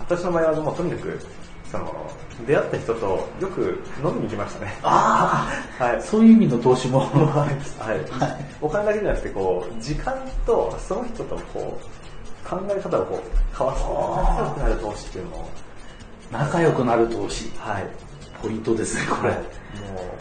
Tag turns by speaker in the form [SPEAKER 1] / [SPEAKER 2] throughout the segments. [SPEAKER 1] 私の場合はもうとにかく、その、出会った人とよく飲みに行きましたね。
[SPEAKER 2] ああ、
[SPEAKER 1] はい。
[SPEAKER 2] そういう意味の投資も。
[SPEAKER 1] はい、お金だけじゃなくてこう時間とその人とこう考え方をこう交わす仲良くなる投資っていうのを
[SPEAKER 2] 仲良くなる投資。
[SPEAKER 1] はい
[SPEAKER 2] ポイントですね、こ
[SPEAKER 1] これ
[SPEAKER 2] れ
[SPEAKER 1] も。う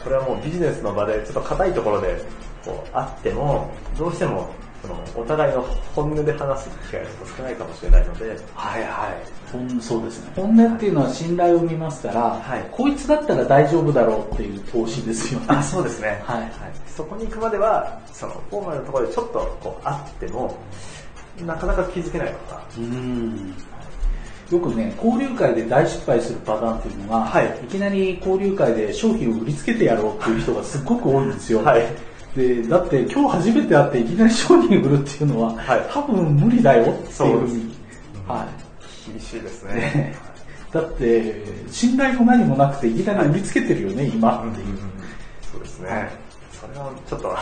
[SPEAKER 1] これはもうビジネスの場でちょっと硬いところでこうあってもどうしてもそのお互いの本音で話す機会がちょっと少ないかもしれないので
[SPEAKER 2] はいはい。ほんそうですね。本音っていうのは信頼を見ますから、
[SPEAKER 1] はい
[SPEAKER 2] こいつだったら大丈夫だろうっていう投資ですよね。
[SPEAKER 1] そうですね
[SPEAKER 2] はい
[SPEAKER 1] そこに行くまではそのフォーマルのところでちょっとこうあってもなかなか気づけないのかな
[SPEAKER 2] うんよくね、交流会で大失敗するパターンっていうのが、
[SPEAKER 1] はい
[SPEAKER 2] いきなり交流会で商品を売りつけてやろうっていう人がすっごく多いんですよ。
[SPEAKER 1] はい
[SPEAKER 2] でだって今日初めて会っていきなり商品売るっていうのは、
[SPEAKER 1] はい
[SPEAKER 2] 多分無理だよっていうふう
[SPEAKER 1] そう
[SPEAKER 2] に。は
[SPEAKER 1] 厳しいです
[SPEAKER 2] い、
[SPEAKER 1] ね
[SPEAKER 2] ねだって、信頼も何もなくていきなり売りつけてるよね、今っていう。
[SPEAKER 1] そうですね。
[SPEAKER 2] はい
[SPEAKER 1] それはちょっと、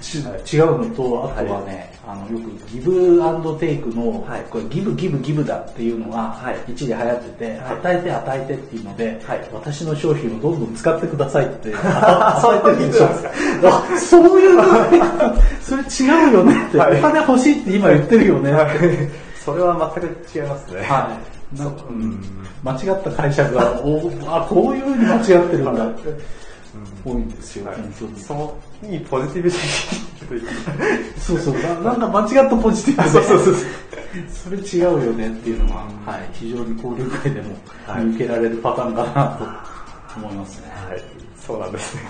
[SPEAKER 2] ち違うのと、あとはね、あのよくギブアンドテイクの、
[SPEAKER 1] はい
[SPEAKER 2] これギブギブギブだっていうのが
[SPEAKER 1] はい
[SPEAKER 2] 一時流行ってて、
[SPEAKER 1] はい
[SPEAKER 2] 与えて与えてっていうので、
[SPEAKER 1] はい
[SPEAKER 2] 私の商品をどんどん使ってください って、
[SPEAKER 1] そういう
[SPEAKER 2] 与えてるでし
[SPEAKER 1] こ
[SPEAKER 2] ょ
[SPEAKER 1] とですか。
[SPEAKER 2] あそういうのね、それ違うよねって、
[SPEAKER 1] はい
[SPEAKER 2] お金欲しいって今言ってるよねって。
[SPEAKER 1] それは全く違いますね。
[SPEAKER 2] はい。なんか
[SPEAKER 1] そううん
[SPEAKER 2] 間違った解釈が、おあ、こういうふうに間違ってるんだって、多いんですよ、
[SPEAKER 1] はい
[SPEAKER 2] 本当に。
[SPEAKER 1] その、いいポジティブシ
[SPEAKER 2] そうそう、ななんか間違ったポジティブで。
[SPEAKER 1] そうそうそう
[SPEAKER 2] それ違うよねっていうのは、はい、非常に交流会でも
[SPEAKER 1] はい
[SPEAKER 2] 見受けられるパターンかなと思いますね。
[SPEAKER 1] はい。そうなんですね。